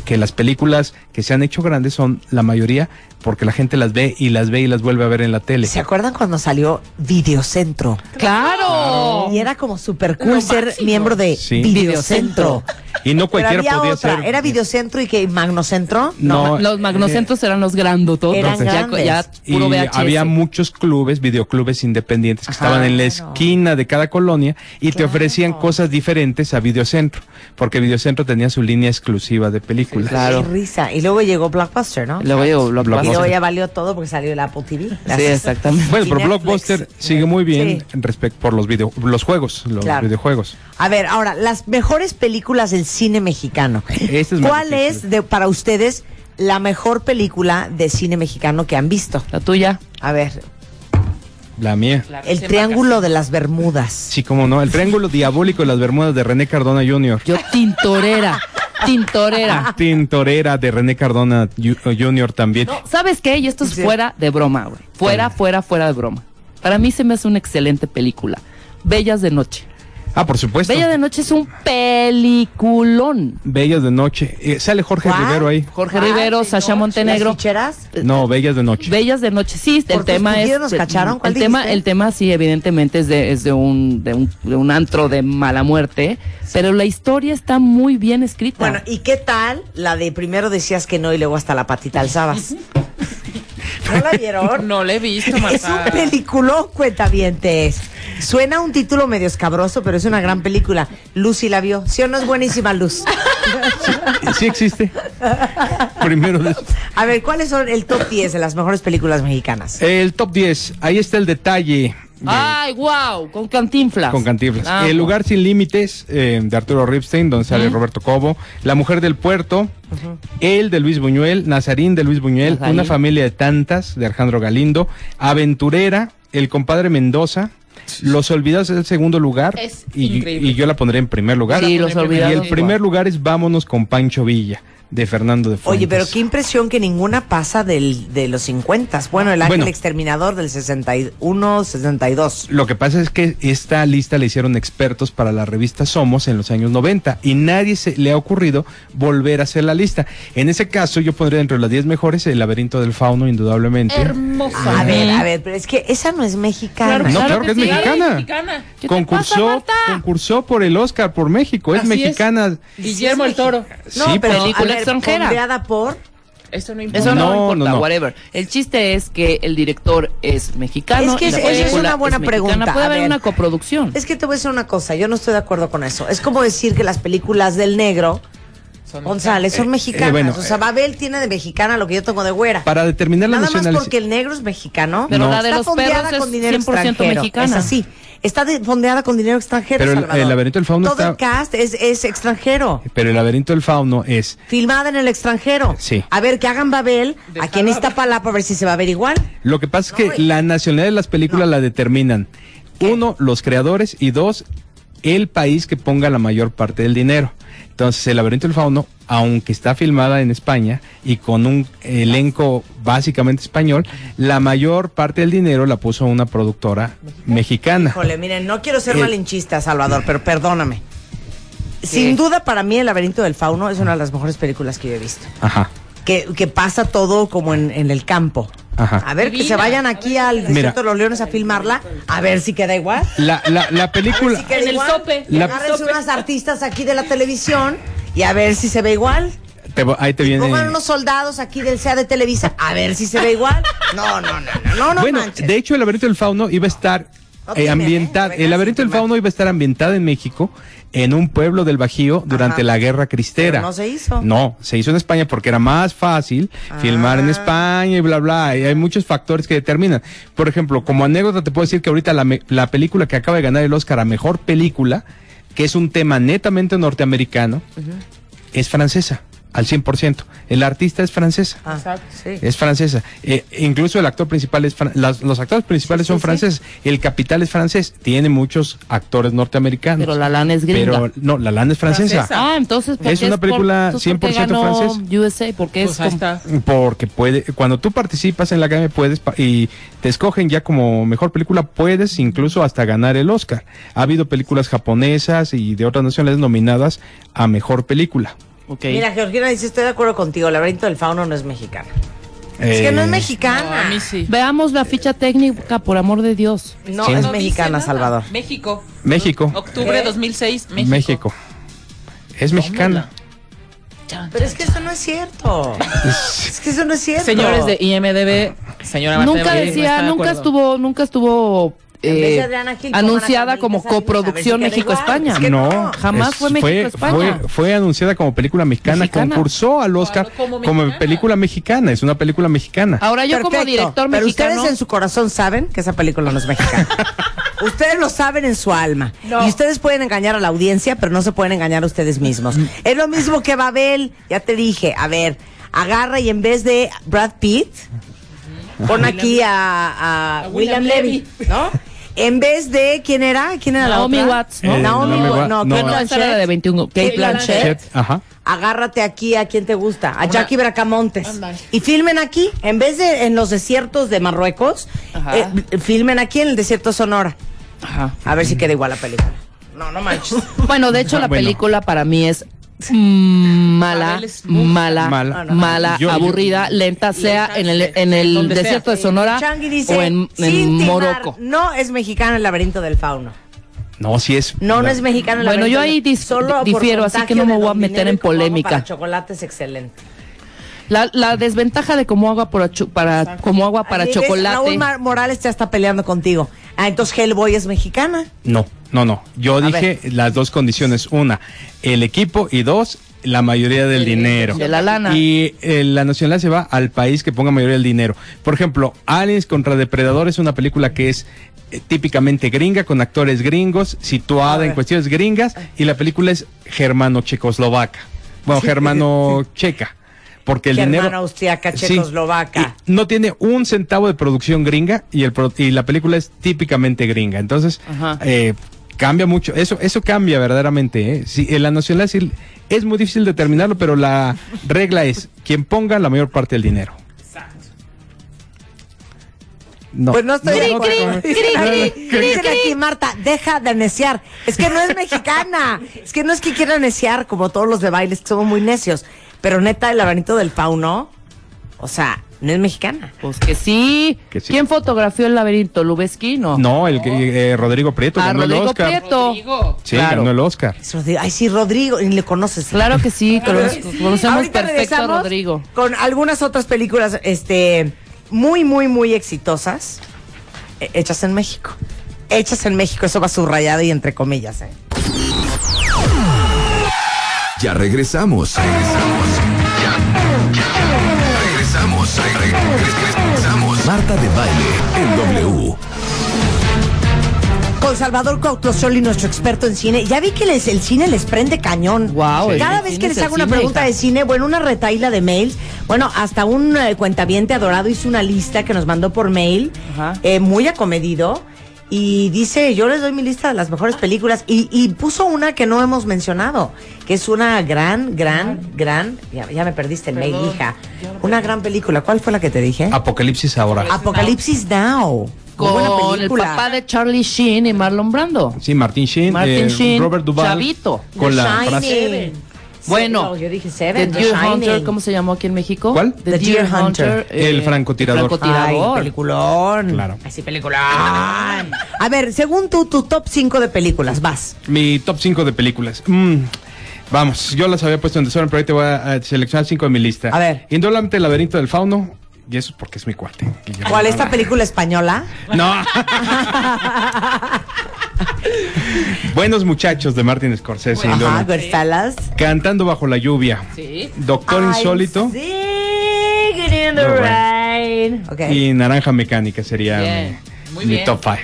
Que las películas que se han hecho grandes son la mayoría porque la gente las ve y las ve y las vuelve a ver en la tele.
¿Se acuerdan cuando salió Videocentro?
¡Claro!
Y era como super cool ser
máximo.
miembro de
Sí.
Videocentro.
Y no cualquiera
Pero había
podía
otra.
ser.
¿Era Videocentro y que Magnocentro?
No, eh,
Los magnocentros eran los grandototos.
Eran
ya,
grandes.
ya
Y
puro VHS.
había muchos clubes, videoclubes independientes que
Ajá.
estaban en la
Claro.
esquina de cada colonia y te ofrecían cosas diferentes a Videocentro, porque Videocentro tenía su línea exclusiva de películas.
Claro.
Qué risa. Y luego llegó Blockbuster, ¿no?
Luego yo lo
y
Blockbuster.
luego ya valió todo porque salió el Apple TV.
Sí, exactamente.
Bueno,
Y
pero
Netflix.
Blockbuster sigue muy bien
Sí.
respecto por los video, los juegos, los
Claro.
videojuegos.
A ver, ahora, las mejores películas del cine mexicano.
Esta es más
¿Cuál
difícil.
es de, para ustedes la mejor película de cine mexicano que han visto?
La tuya.
A ver,
La mía.
El Triángulo de las Bermudas.
Sí, cómo no. El Triángulo Diabólico de las Bermudas de René Cardona Jr.
Yo, tintorera. tintorera.
Tintorera de René Cardona Ju- Jr. también.
¿Sabes qué? Y esto es
Sí.
fuera de broma, güey. Fuera, fuera, fuera de broma. Para mí se me hace una excelente película. Bellas de Noche.
Ah, por supuesto.
Bella de Noche es un peliculón.
Bellas de Noche. Eh, sale Jorge
¿Cuál?
Rivero ahí. Ah.
Jorge Rivero, Sasha Montenegro.
¿Las ficheras?
No, Bellas de Noche.
Bellas de Noche, sí, el
Por
tema es
tus nos cacharon, ¿cuál
el tema
dijiste?
el tema sí evidentemente es de es de un de un, de un antro de mala muerte, pero la historia está muy bien escrita.
Bueno, ¿y qué tal la de primero decías que no y luego hasta la patita alzabas? ¿No la vieron?
No la he visto, Marta.
Es un peliculón, cuentavientes. Suena un título medio escabroso, pero es una gran película. Lucy la vio. ¿Sí o no es buenísima, Luz?
Sí existe. Primero de eso.
A ver, ¿cuáles son el top 10 de las mejores películas mexicanas?
El top 10. Ahí está el detalle. de-
Ay, wow, con Cantinflas.
Con Cantinflas.
Ah,
el lugar sin límites eh, de Arturo Ripstein, donde sale Roberto Cobo. La mujer del puerto. El de Luis Buñuel. Nazarín de Luis Buñuel.
Nazarín.
Una familia de tantas de Alejandro Galindo. Aventurera. El compadre Mendoza. Los Olvidados es el segundo lugar
Es
y,
increíble.
y yo la pondré en primer lugar.
Sí, Los
y
Olvidados.
el primer lugar es Vámonos con Pancho Villa de Fernando de Fuentes.
Oye, pero qué impresión que ninguna pasa del, de los 50. Bueno, el ángel
Bueno.
exterminador del 61, 62.
Lo que pasa es que esta lista la hicieron expertos para la revista Somos en los años 90 y nadie se le ha ocurrido volver a hacer la lista. En ese caso, yo pondría entre las 10 mejores El laberinto del fauno, indudablemente.
Hermosa.
Ah,
A ver, a ver, pero es que esa no es mexicana.
Claro que No, claro que es
sí.
mexicana.
mexicana.
¿Qué te pasa,
Concursó,
Marta?
concursó por el Oscar por México, es
Así es.
mexicana.
Guillermo el Toro.
No,
sí,
pero
pero
película
a ver,
extranjera.
Ponderada por.
Eso no importa.
Eso no,
No,
importa,
no, no.
whatever. El chiste es que el director es mexicano.
Es que
y la
es- esa es
película
una buena
mexicana.
pregunta.
Puede
A
haber
ver.
una coproducción.
Es que te voy a decir una cosa, yo no estoy de acuerdo con eso. Es como decir que las películas del negro, González, son mexicanas.
bueno,
o sea,
eh,
Babel tiene de mexicana lo que yo tengo de güera.
Para determinar la
Nada
nacionalidad.
más porque el negro es mexicano.
Pero
No.
la de
está
los
fondeada
perros es
con dinero
100%
extranjero.
mexicana.
Es así. Está de- fondeada con dinero extranjero.
Pero el- el
Salvador.
laberinto del fauno
Todo
está-
el cast es, es extranjero.
Pero el laberinto del fauno es
Filmada en el extranjero.
Sí.
A ver, que hagan Babel aquí en Iztapalapa, a ver si se va a ver igual.
Lo que pasa es
No,
que
y-
la nacionalidad de las películas la determinan, uno, los creadores y dos, el país que ponga la mayor parte del dinero. Entonces, El laberinto del fauno, aunque está filmada en España y con un elenco básicamente español, la mayor parte del dinero la puso una productora mexicana.
Híjole, miren, no quiero ser
Eh,
malinchista, Salvador, pero perdóname. Sin duda, para mí, El laberinto del fauno es una de las mejores películas que yo he visto.
Ajá.
Que, que pasa todo como en, en el campo.
Ajá.
A ver, que
Divina.
se vayan aquí al
Mira.
Desierto de los Leones a filmarla, a ver si queda igual.
La, la- la película...
Así que
En el
igual,
sope.
que
La-
agárrense
sope.
unas artistas aquí de la televisión y a ver si se ve igual.
te vo- ahí te viene...
Pongan unos soldados aquí del SEA de Televisa a ver si se ve igual. No, no, no, no, no, no
bueno,
manches.
de hecho, el laberinto del fauno iba a estar
No
eh,
tiene, ¿eh?
ambientada.
Venga,
El laberinto
sin
del fauno
tomar.
iba a estar ambientada en México, en un pueblo del Bajío durante
Ajá.
la Guerra Cristera.
Pero no se hizo.
No, se hizo en España porque era más fácil filmar
Ah.
en España y bla bla. Y hay muchos factores que determinan. Por ejemplo, como anécdota te puedo decir que ahorita la, me- la película que acaba de ganar el Oscar a mejor película, que es un tema netamente norteamericano, es francesa. Al 100%. El artista es francesa.
Ah, sí.
Es francesa. Eh, incluso el actor principal es fran- las- los actores principales son franceses. El capital es francés. Tiene muchos actores norteamericanos.
Pero la lana es gringa.
Pero no, la lana es francesa.
Ah, entonces ¿por
Es
qué
una
por-
película
entonces, ¿por qué
100%
ganó
francés?
USA, porque es
Pues ahí
como-
está.
Porque puede, cuando tú participas en la academia puedes pa- y te escogen ya como mejor película, puedes incluso hasta ganar el Oscar. Ha habido películas japonesas y de otras naciones nominadas a mejor película.
Ok.
Mira, Georgina dice, estoy de acuerdo contigo, el laberinto del fauno no es mexicano. Es que no es
Eh,
mexicana.
No, a mí sí.
Veamos la ficha técnica, por amor de Dios.
No,
Sí.
es
No dice
mexicana,
nada.
Salvador.
México.
México.
Octubre
¿Eh?
2006, México.
México. Es mexicana.
Pero es que eso no es cierto. es que eso no es cierto.
Señores de IMDB, señora Marta
nunca
de Baile, no
decía,
está de
nunca
acuerdo.
estuvo, nunca estuvo
En
eh,
vez de Adriana Gil, pongan a
anunciada
Carmelita
como
Salinas, a ver si
coproducción
queda
México-España.
igual. Es que
no,
no.
Jamás fue México-España.
Fue, fue anunciada como película mexicana,
Mexicana.
concursó al Oscar
Como
como,
mexicana.
película mexicana, es una película mexicana.
Ah,
Ahora yo como
Perfecto, pero
director mexicano,
ustedes en su corazón saben que esa película no es mexicana. ustedes lo saben en su alma. Y ustedes pueden engañar a la audiencia, pero no se pueden engañar a ustedes mismos.
Mm.
es lo mismo que Babel, ya te dije. A ver, agarra y en vez de Brad Pitt, pon aquí a, a William,
William
Levy, ¿no? En vez de, ¿quién era? ¿Quién era
Naomi
la otra?
Watts, ¿no?
Eh,
Naomi,
Naomi
Wa-
Wa-
no,
no,
Kate
no, esa era
Blanchett.
la de 21, Kate
Kate
Blanchett.
Chet,
¿eh?
ajá.
agárrate aquí a quien te gusta, a
Una-
Jackie Bracamontes.
Ándale.
Y filmen aquí, en vez de en los desiertos de Marruecos,
Ajá.
eh, filmen aquí en el desierto Sonora.
Ajá.
A ver si queda igual la película. No, no manches.
Bueno, de hecho
Ah,
la
bueno.
película para mí es mm, mala,
Abel es muy-
mala,
Mala.
mala,
No, no, no. Yo- yo-
aburrida, lenta, sea en el en el
Donde sea.
desierto de Sonora
Changi dice,
o en, en
"Sin timar,
Morocco.
no es mexicano el laberinento del fauno.
No, sí es.
No, no es mexicano el
Bueno,
laberinto
yo ahí
del-
dis-
por
difiero, así que no
contagio
me
de
voy a
don
meter
Dinero y
en
como agua
polémica.
Para chocolate es excelente.
La, la desventaja de como agua para, cho- para como agua Ah, para
Ahí ves, Raúl
chocolate.
Mar- Morales ya está peleando contigo. Ah, entonces Hellboy es mexicana.
No, no, no. Yo dije
ver.
las dos condiciones. Una, el equipo y dos, la mayoría del dinero.
de la lana.
Y eh, la nacionalidad se va al país que ponga mayoría del dinero. Por ejemplo, Aliens contra Depredadores es una película que es eh, típicamente gringa, con actores gringos, situada en cuestiones gringas, y la película es germano-checoslovaca. Bueno, germano-checa. Porque el
Germana
dinero.
austriaca,
Sí.
checoslovaca.
Y no tiene un centavo de producción gringa y, el, pro- y la película es típicamente gringa. Entonces,
Ajá.
eh, cambia mucho. Eso, eso cambia verdaderamente. ¿eh? Sí, en la nacional sí, es muy difícil determinarlo, pero la regla es quien ponga la mayor parte del dinero. No,
Pues no estoy de
no,
acuerdo.
no,
Dicen
no,
aquí-
no, no,
Dicen aquí, Marta, deja de neciar. Es que no es mexicana. Es que no es que quiera neciar como todos los de bailes que somos muy necios. Pero neta, el laberinto del fauno, o sea, no es mexicana.
Pues que sí.
Que sí.
¿Quién fotografió el laberinto? ¿Lubeski? No.
No, el que, eh, Rodrigo Prieto
Ah,
ganó el
Rodrigo
Oscar.
Prieto.
Rodrigo.
Sí,
Claro.
ganó el Oscar.
Es Rodrigo. Ay, sí, Rodrigo. Y le conoces.
Claro que sí, conozco- conocemos
Ahorita
perfecto a
regresamos
Rodrigo.
Con algunas otras películas este, muy, muy, muy exitosas eh, hechas en México. Hechas en México, eso va subrayado y entre comillas. ¿eh?
Ya regresamos. Regresamos. Ya. Ya. Regresamos. Regre- Regresamos. Marta de baile en W.
Con Salvador Cuauhtémoc Soli, nuestro experto en cine. Ya vi que les- el cine les prende cañón.
Guau, el
Cada
cine
vez que
es
les
el
hago una
cine,
pregunta
hija.
de cine, bueno, una retaíla de mails. Bueno, hasta un eh, cuentaviente adorado hizo una lista que nos mandó por mail,
Ajá.
eh, muy acomedido. Y dice, yo les doy mi lista de las mejores películas. Y, y puso una que no hemos mencionado, que es una gran, gran, gran... Ya, ya me perdiste el mail, hija. Una gran película. ¿Cuál fue la que te dije?
Apocalipsis ahora.
Apocalipsis Now. Muy buena
Con el
película.
papá de Charlie Sheen y Marlon Brando.
Sí, Martin Sheen,
Martin
eh,
Sheen,
Robert Duvall.
Chavito.
Con
The
la
Shining.
frase.
Bueno,
no, yo dije
The
Seven. The
Deer
Shining.
Hunter, ¿cómo se llamó aquí en México?
¿Cuál?
The,
The
Deer,
Deer
Hunter. eh,
Hunter.
El francotirador.
francotirador.
Ay, peliculón.
Claro.
Así, peliculón. A ver, según tú, tu top 5 de películas, vas.
Mi top 5 de películas. Mm, Vamos, yo las había puesto en desorden, pero ahorita voy a, a seleccionar 5 de mi lista.
A ver.
Indolamente el laberinto del fauno. Y eso porque es mi cuate. Guillermo.
¿Cuál esta película española?
No. Buenos muchachos de Martin Scorsese.
Ajá,
indudablemente.
Versalas.
Cantando bajo la lluvia.
Sí.
Doctor insólito.
Singing in the
No, bueno.
rain. Ok.
Y naranja mecánica sería
Bien,
mi,
muy
mi
bien.
top 5.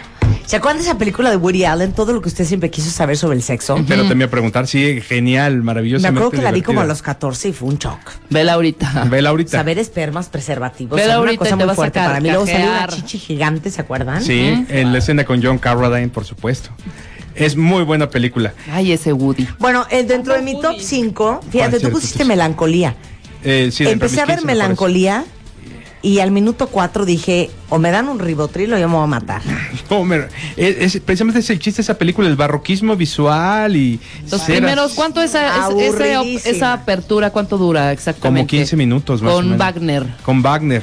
¿Se acuerdan de esa película de Woody Allen? Todo lo que usted siempre quiso saber sobre el sexo.
Pero te voy a preguntar, sí, genial,
Me
maravilloso.
acuerdo que la vi como a los 14 y fue un shock.
Vela ahorita.
Vela ahorita.
Saber espermas preservativos.
Pero
era una
ahorita
cosa
te
muy
vas a
fuerte para mí. Luego salió una
carcajear.
chichi gigante, ¿se acuerdan?
Sí, en la escena con John Carradine, por supuesto. Es muy buena película.
Ay, ese Woody.
Bueno, eh, dentro de mi top 5, fíjate, tú
Ah, cierto,
pusiste
sí.
melancolía.
Eh, sí, dentro de
Empecé a
mis
ver
15 mejores.
melancolía y al minuto 4 dije, o me dan un ribotril o yo me voy a matar.
Homer, es, es- precisamente es el chiste de esa película, el barroquismo visual y...
Los
ceras.
primeros, ¿cuánto esa, es- ese op-
Aburridísima.
esa apertura, cuánto dura exactamente?
Como 15 minutos más o
Con
menos.
Wagner.
Con Wagner.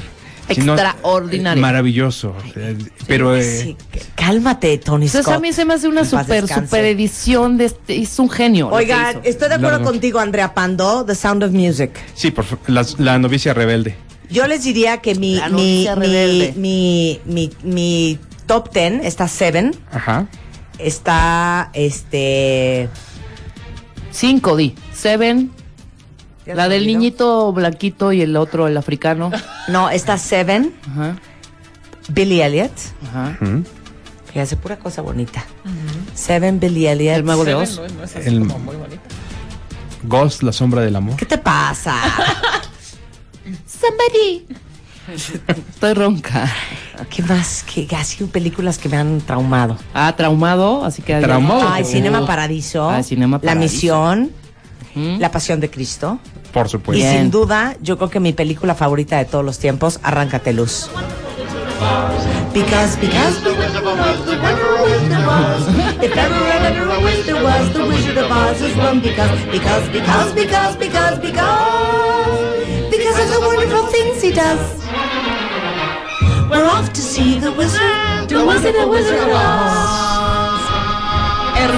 Si no,
Extraordinario.
eh, maravilloso. Eh, pero... eh,
Sí, c- cálmate, Tony Scott.
Entonces a mí se me hace una
En paz
super,
descanse.
super edición de este, es un genio. lo que
Oigan,
hizo.
estoy de acuerdo
Claro.
contigo, Andrea Pando, The Sound of Music.
Sí, por fa- las- la, novicia rebelde.
Yo les diría que mi,
La
mi,
anuncia
mi,
rebelde.
mi, mi, mi top 10 está Seven,
Ajá.
está este...
Cinco, di. Seven,
ya
la
se me
del
olvidó.
niñito blanquito y el otro, el africano.
No, está Seven,
Ajá,
Billy Elliot.
ajá.
Que hace pura cosa bonita. Seven Billy Elliot.
El mago de Oz.
No, no es así
El-
como muy bonito.
Ghost, la sombra del amor.
¿Qué te pasa?
Somebody. Estoy ronca.
¿Qué más? ¿Qué ha sido películas que me han traumado?
Ah, traumado, así que...
Traumado. Oh.
Ay, Cinema Paradiso.
Ah, Cinema
La
Paradiso.
Misión.
Ujú.
La Pasión de Cristo.
Por supuesto.
Y
Bien.
sin duda, yo creo que mi película favorita de todos los tiempos, Arráncate Luz. Because, because the Wizard of Oz, the Wizard of Oz, the Oz. If ever, ever a wizard was, the Wizard of Oz is one. Because, because, because, because, because, because, because of the wonderful things he does. We're off to see the Wizard, the Wizard, the Wizard of Oz.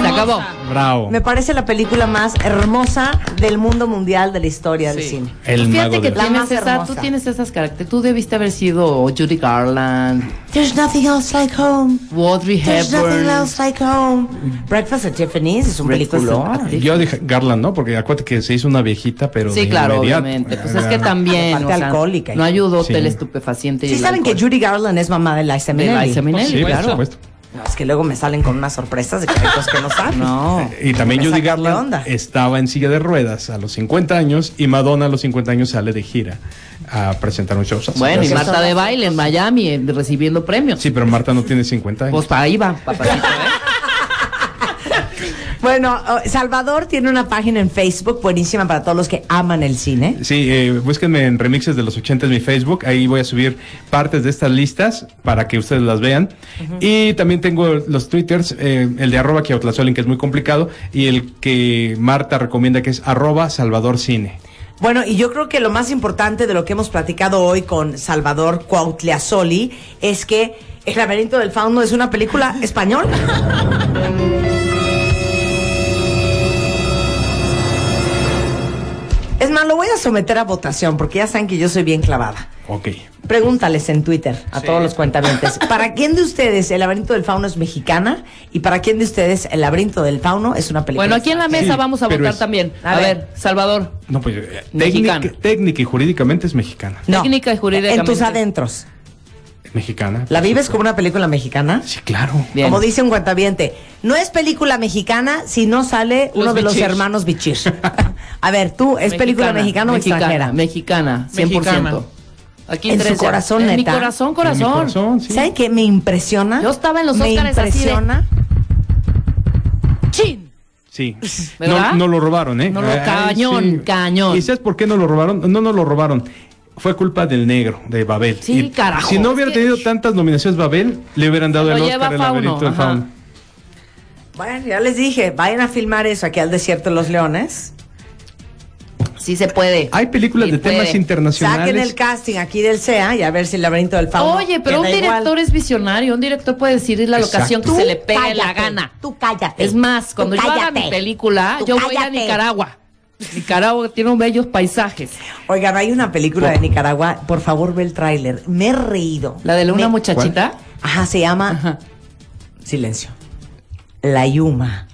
Se acabó.
Bravo.
Me parece la película más hermosa del mundo mundial de la historia del
Sí.
cine.
El
Fíjate
mago
que
de...
La más
tienes esa, tú
hermosa.
tienes esas características. Tú debiste haber sido Judy Garland,
There's nothing else like home.
Audrey
There's nothing
Hepburn.
else like home. Breakfast at Tiffany's es un Ah,
Breakfast
película.
at-
Yo dije Garland, ¿no? Porque acuérdate que se hizo una viejita, pero...
Sí,
de
claro,
inmediato.
obviamente. Pues
Eh,
es que también.
Aparte alcohólica.
no ayudó
Sí.
el estupefaciente. y
Sí
el
saben que
alcohol.
Judy Garland es mamá de Liza
De
Minnelli.
Liza Minnelli,
Sí, por
claro.
supuesto.
No, es que luego me salen con unas sorpresas de que hay cosas que no saben.
No.
Y también
Me
Judy
sacan de
Garland
onda.
estaba en silla de ruedas a los 50 años y Madonna a los 50 años sale de gira a presentar un show.
Bueno, y
Entonces-
Marta de baile en Miami eh, recibiendo premios.
Sí, pero Marta no tiene 50 años.
Pues para ahí va, papacito, ¿eh?
Bueno, eh, Salvador tiene una página en Facebook buenísima para todos los que aman el cine.
Sí, eh, búsquenme en remixes de los 80 en mi Facebook. Ahí voy a subir partes de estas listas para que ustedes las vean. Y también tengo los twitters, eh, el de arroba Kiautlazolin, que es muy complicado, y el que Marta recomienda, que es arroba Salvador Cine.
Bueno, y yo creo que lo más importante de lo que hemos platicado hoy con Salvador Cuautliazoli es que El laberinto del fauno es una película española. Es más, lo voy a someter a votación porque ya saben que yo soy bien clavada.
Ok.
Pregúntales en Twitter a todos los cuentavientes. ¿Para quién de ustedes El laberinto del fauno es mexicana? ¿Y para quién de ustedes El laberinto del fauno es una película?
Bueno, aquí en la mesa
Sí,
vamos a
pero
votar
es-
también.
A
A,
ver.
ver, Salvador.
No, pues eh,
Mexicana.
técnica, técnica y jurídicamente es mexicana.
técnica y jurídicamente.
En tus adentros.
Mexicana. pues,
¿La vives como una película mexicana?
Sí, claro.
Bien.
Como dice un cuentaviente, no es película mexicana si no sale uno
Los
de los
Bichir.
hermanos Bichir. A ver, tú, ¿es
Mexicana,
película mexicana o extranjera?
Mexicana, 100%.
Mexicana.
Aquí
En su
tres,
corazón,
en
neta.
Mi corazón,
En mi
corazón.
corazón, sí.
¿Saben qué me impresiona?
Yo estaba en los
Me
Óscares así de-
impresiona.
¡Chin!
Sí.
¿Verdad?
No, no lo robaron, ¿eh?
No lo- cañón, cañón.
¿Y sabes por qué no lo robaron? No, no lo robaron. Fue culpa del negro, de Babel.
Sí,
Y
carajo.
Si no hubiera
Es que-
tenido tantas nominaciones Babel, le hubieran dado
Se lo
el
lleva
Oscar el
Fauno,
laberinto del
ajá.
Fauno.
Bueno, ya les dije, vayan a filmar eso aquí al Desierto de los Leones.
Sí se puede.
Hay películas
Sí
de temas
puede.
internacionales.
Saquen el casting aquí del CEA y a ver si el laberinto del fauno.
Oye, pero un
queda
director
igual.
es visionario. Un director puede decidir la
Exacto.
locación que
Tú
se le pegue la
cállate,
gana.
Tú cállate.
Es más,
Tú
cuando yo haga
cállate.
mi película,
Tú
yo voy a
cállate.
Nicaragua. Nicaragua tiene unos bellos paisajes.
Oigan, hay una película de Nicaragua, por favor ve el tráiler. Me he reído.
La de la- una
Me-
muchachita.
Ajá, se llama Silencio. La Yuma.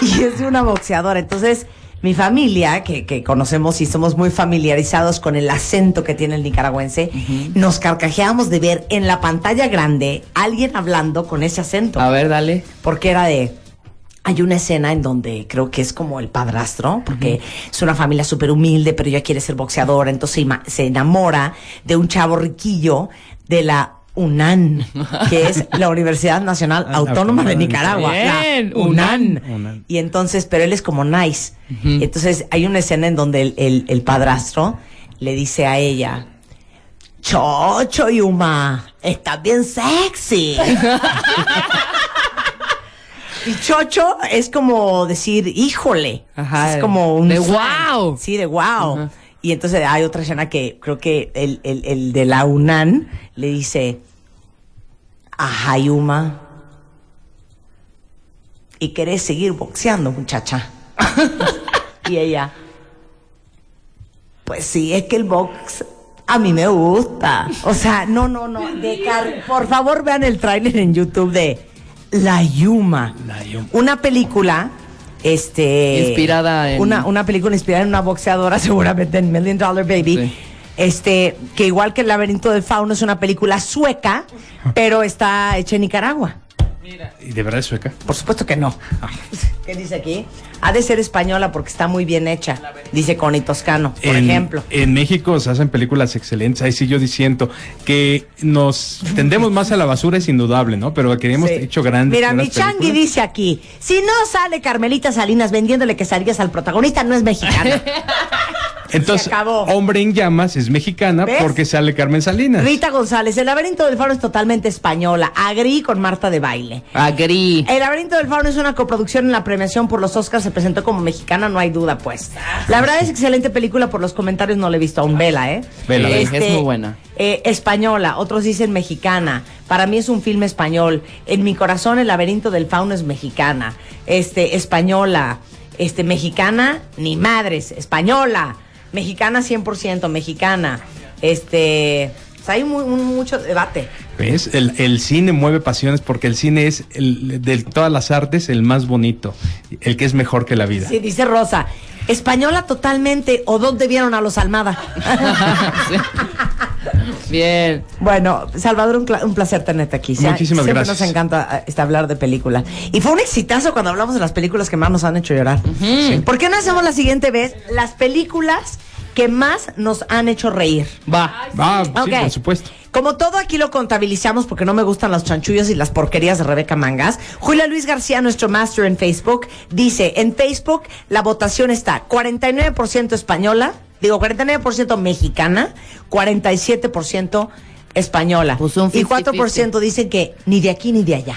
y es de una boxeadora. Entonces, mi familia, que, que conocemos y somos muy familiarizados con el acento que tiene el nicaragüense, nos carcajeamos de ver en la pantalla grande alguien hablando con ese acento.
A ver, dale.
Porque era de. Hay una escena en donde creo que es como el padrastro, porque es una familia súper humilde, pero ella quiere ser boxeadora, entonces ima- se enamora de un chavo riquillo de la UNAN, que es la Universidad Nacional Ah, Autónoma de Nicaragua.
Bien,
la UNAN.
UNAN.
Y entonces, pero él es como nice. Entonces hay una escena en donde el, el- el padrastro le dice a ella, Chocho Yuma, estás bien sexy. Y chocho es como decir, híjole.
Ajá,
es como un.
de
fan.
guau.
Sí, de wow. Y entonces hay otra escena que creo que el, el- el de la UNAN le dice a Hayuma. Y querés seguir boxeando, muchacha. y ella. Pues sí, es que el box a mí me gusta. O sea, no, no, no. de car- Por favor, vean el tráiler en YouTube de La Yuma. Una película. Este,
Inspirada en-
Una, una película inspirada en una boxeadora, seguramente en Million Dollar Baby.
Sí.
Este, que igual que El Laberinto del Fauno es una película sueca, pero está hecha en Nicaragua.
¿Y de verdad es sueca?
Por supuesto que no. ¿Qué dice aquí? Ha de ser española porque está muy bien hecha, dice Connie Toscano, por
en,
ejemplo.
En México se hacen películas excelentes. Ahí sí yo diciendo que nos tendemos más a la basura, es indudable, ¿no? Pero que hemos
Sí.
hecho grandes.
Mira, mi
grandes
changui
películas.
dice aquí: si no sale Carmelita Salinas vendiéndole quesadillas al protagonista, no es mexicana.
Entonces,
Se acabó.
Hombre en Llamas es mexicana
¿Ves?
porque sale Carmen Salinas.
Rita González, el laberinto del fauno es totalmente española. Agri con Marta de baile.
Agri.
El laberinto del fauno es una coproducción en la premiación por los Oscars. Se presentó como mexicana, no hay duda, pues.
Ah.
La verdad es excelente película. Por los comentarios no la he visto aún. Vela, ¿eh?
Vela,
vela. Es muy buena.
eh, española, otros dicen mexicana. Para mí es un filme español. En mi corazón, el laberinto del fauno es mexicana. Este, española. Este, mexicana, ni madres. Española. Mexicana 100%, mexicana. Este. o sea, hay mu- un- mucho debate.
¿Ves? El, el cine mueve pasiones porque el cine es el, de todas las artes el más bonito, el que es mejor que la vida.
Sí, dice Rosa. Eh. Española totalmente, o dónde vieron a los Almada.
Sí. Bien.
Bueno, Salvador, un, cla- un placer tenerte aquí. Ya-
Muchísimas
siempre
gracias.
nos encanta ah, este, hablar de películas. Y fue un exitazo cuando hablamos de las películas que más nos han hecho llorar. ¿Por qué no hacemos la siguiente vez las películas que más nos han hecho reír?
Va.
Va, Ah, sí,
Ok.
por supuesto.
Como todo aquí lo contabilizamos porque no me gustan los chanchullos y las porquerías de Rebeca Mangas. Julia Luis García, nuestro master en Facebook, dice, en Facebook la votación está 49% española, digo 49% mexicana, 47% española.
Pues un
y 4% dicen que ni de aquí ni de allá.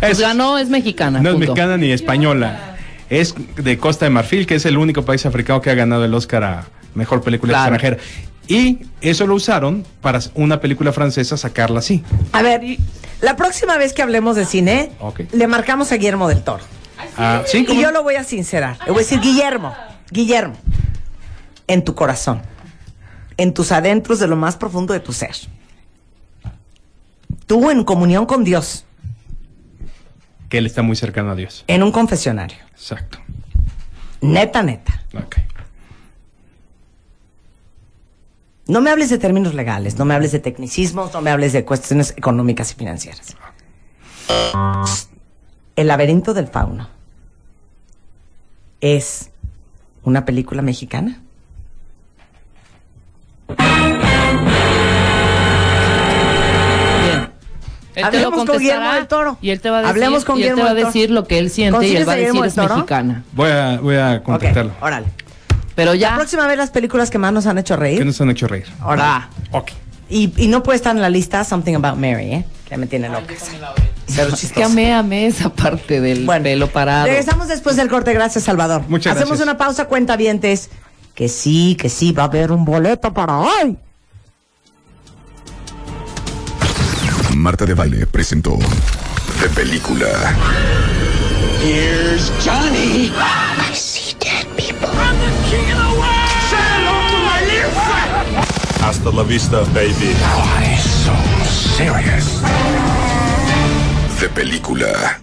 Pues
Es-
ganó, es mexicana.
No es
punto.
mexicana ni española. Es de Costa de Marfil, que es el único país africano que ha ganado el Oscar a mejor película
Claro.
extranjera. Y eso lo usaron para una película francesa sacarla así.
A ver, la próxima vez que hablemos de cine,
Ok.
le marcamos a Guillermo del Toro.
Ah, sí,
Y
¿cómo?
yo lo voy a sincerar. Le voy a decir, Guillermo, Guillermo, en tu corazón, en tus adentros de lo más profundo de tu ser, tú en comunión con Dios,
que él está muy cercano a Dios.
en un confesionario,
Exacto.
neta, neta,
Ok.
no me hables de términos legales, no me hables de tecnicismos, no me hables de cuestiones económicas y financieras. El laberinto del fauno es una película mexicana.
Bien. Él te lo
Hablemos con Guillermo
contestará
del Toro.
y él te va a decir,
Hablemos con
y él te
Guillermo
va a
del Toro.
decir lo que él siente y
¿Consigues
él va a
a
decir
Guillermo
es
del Toro?
mexicana.
Voy a, voy a
Ok,
contactarlo.
órale.
Pero ya.
La próxima vez las películas que más nos han hecho
¿Qué
reír.
nos han hecho reír?
Ahora.
Ok.
Y, y no puede estar en la lista Something About Mary, ¿eh? Que me tiene loca. esa. Cero
Es que
chistosa.
amé, amé esa parte del pelo parado.
Regresamos después del corte. Gracias, Salvador.
Muchas
Hacemos
gracias.
una pausa, cuenta vientes. Que sí, que sí, va a haber un boleto para hoy.
Marta de Baile presentó De Película.
Say hello to my little friend.
Hasta la vista, baby.
Why so serious? De Película.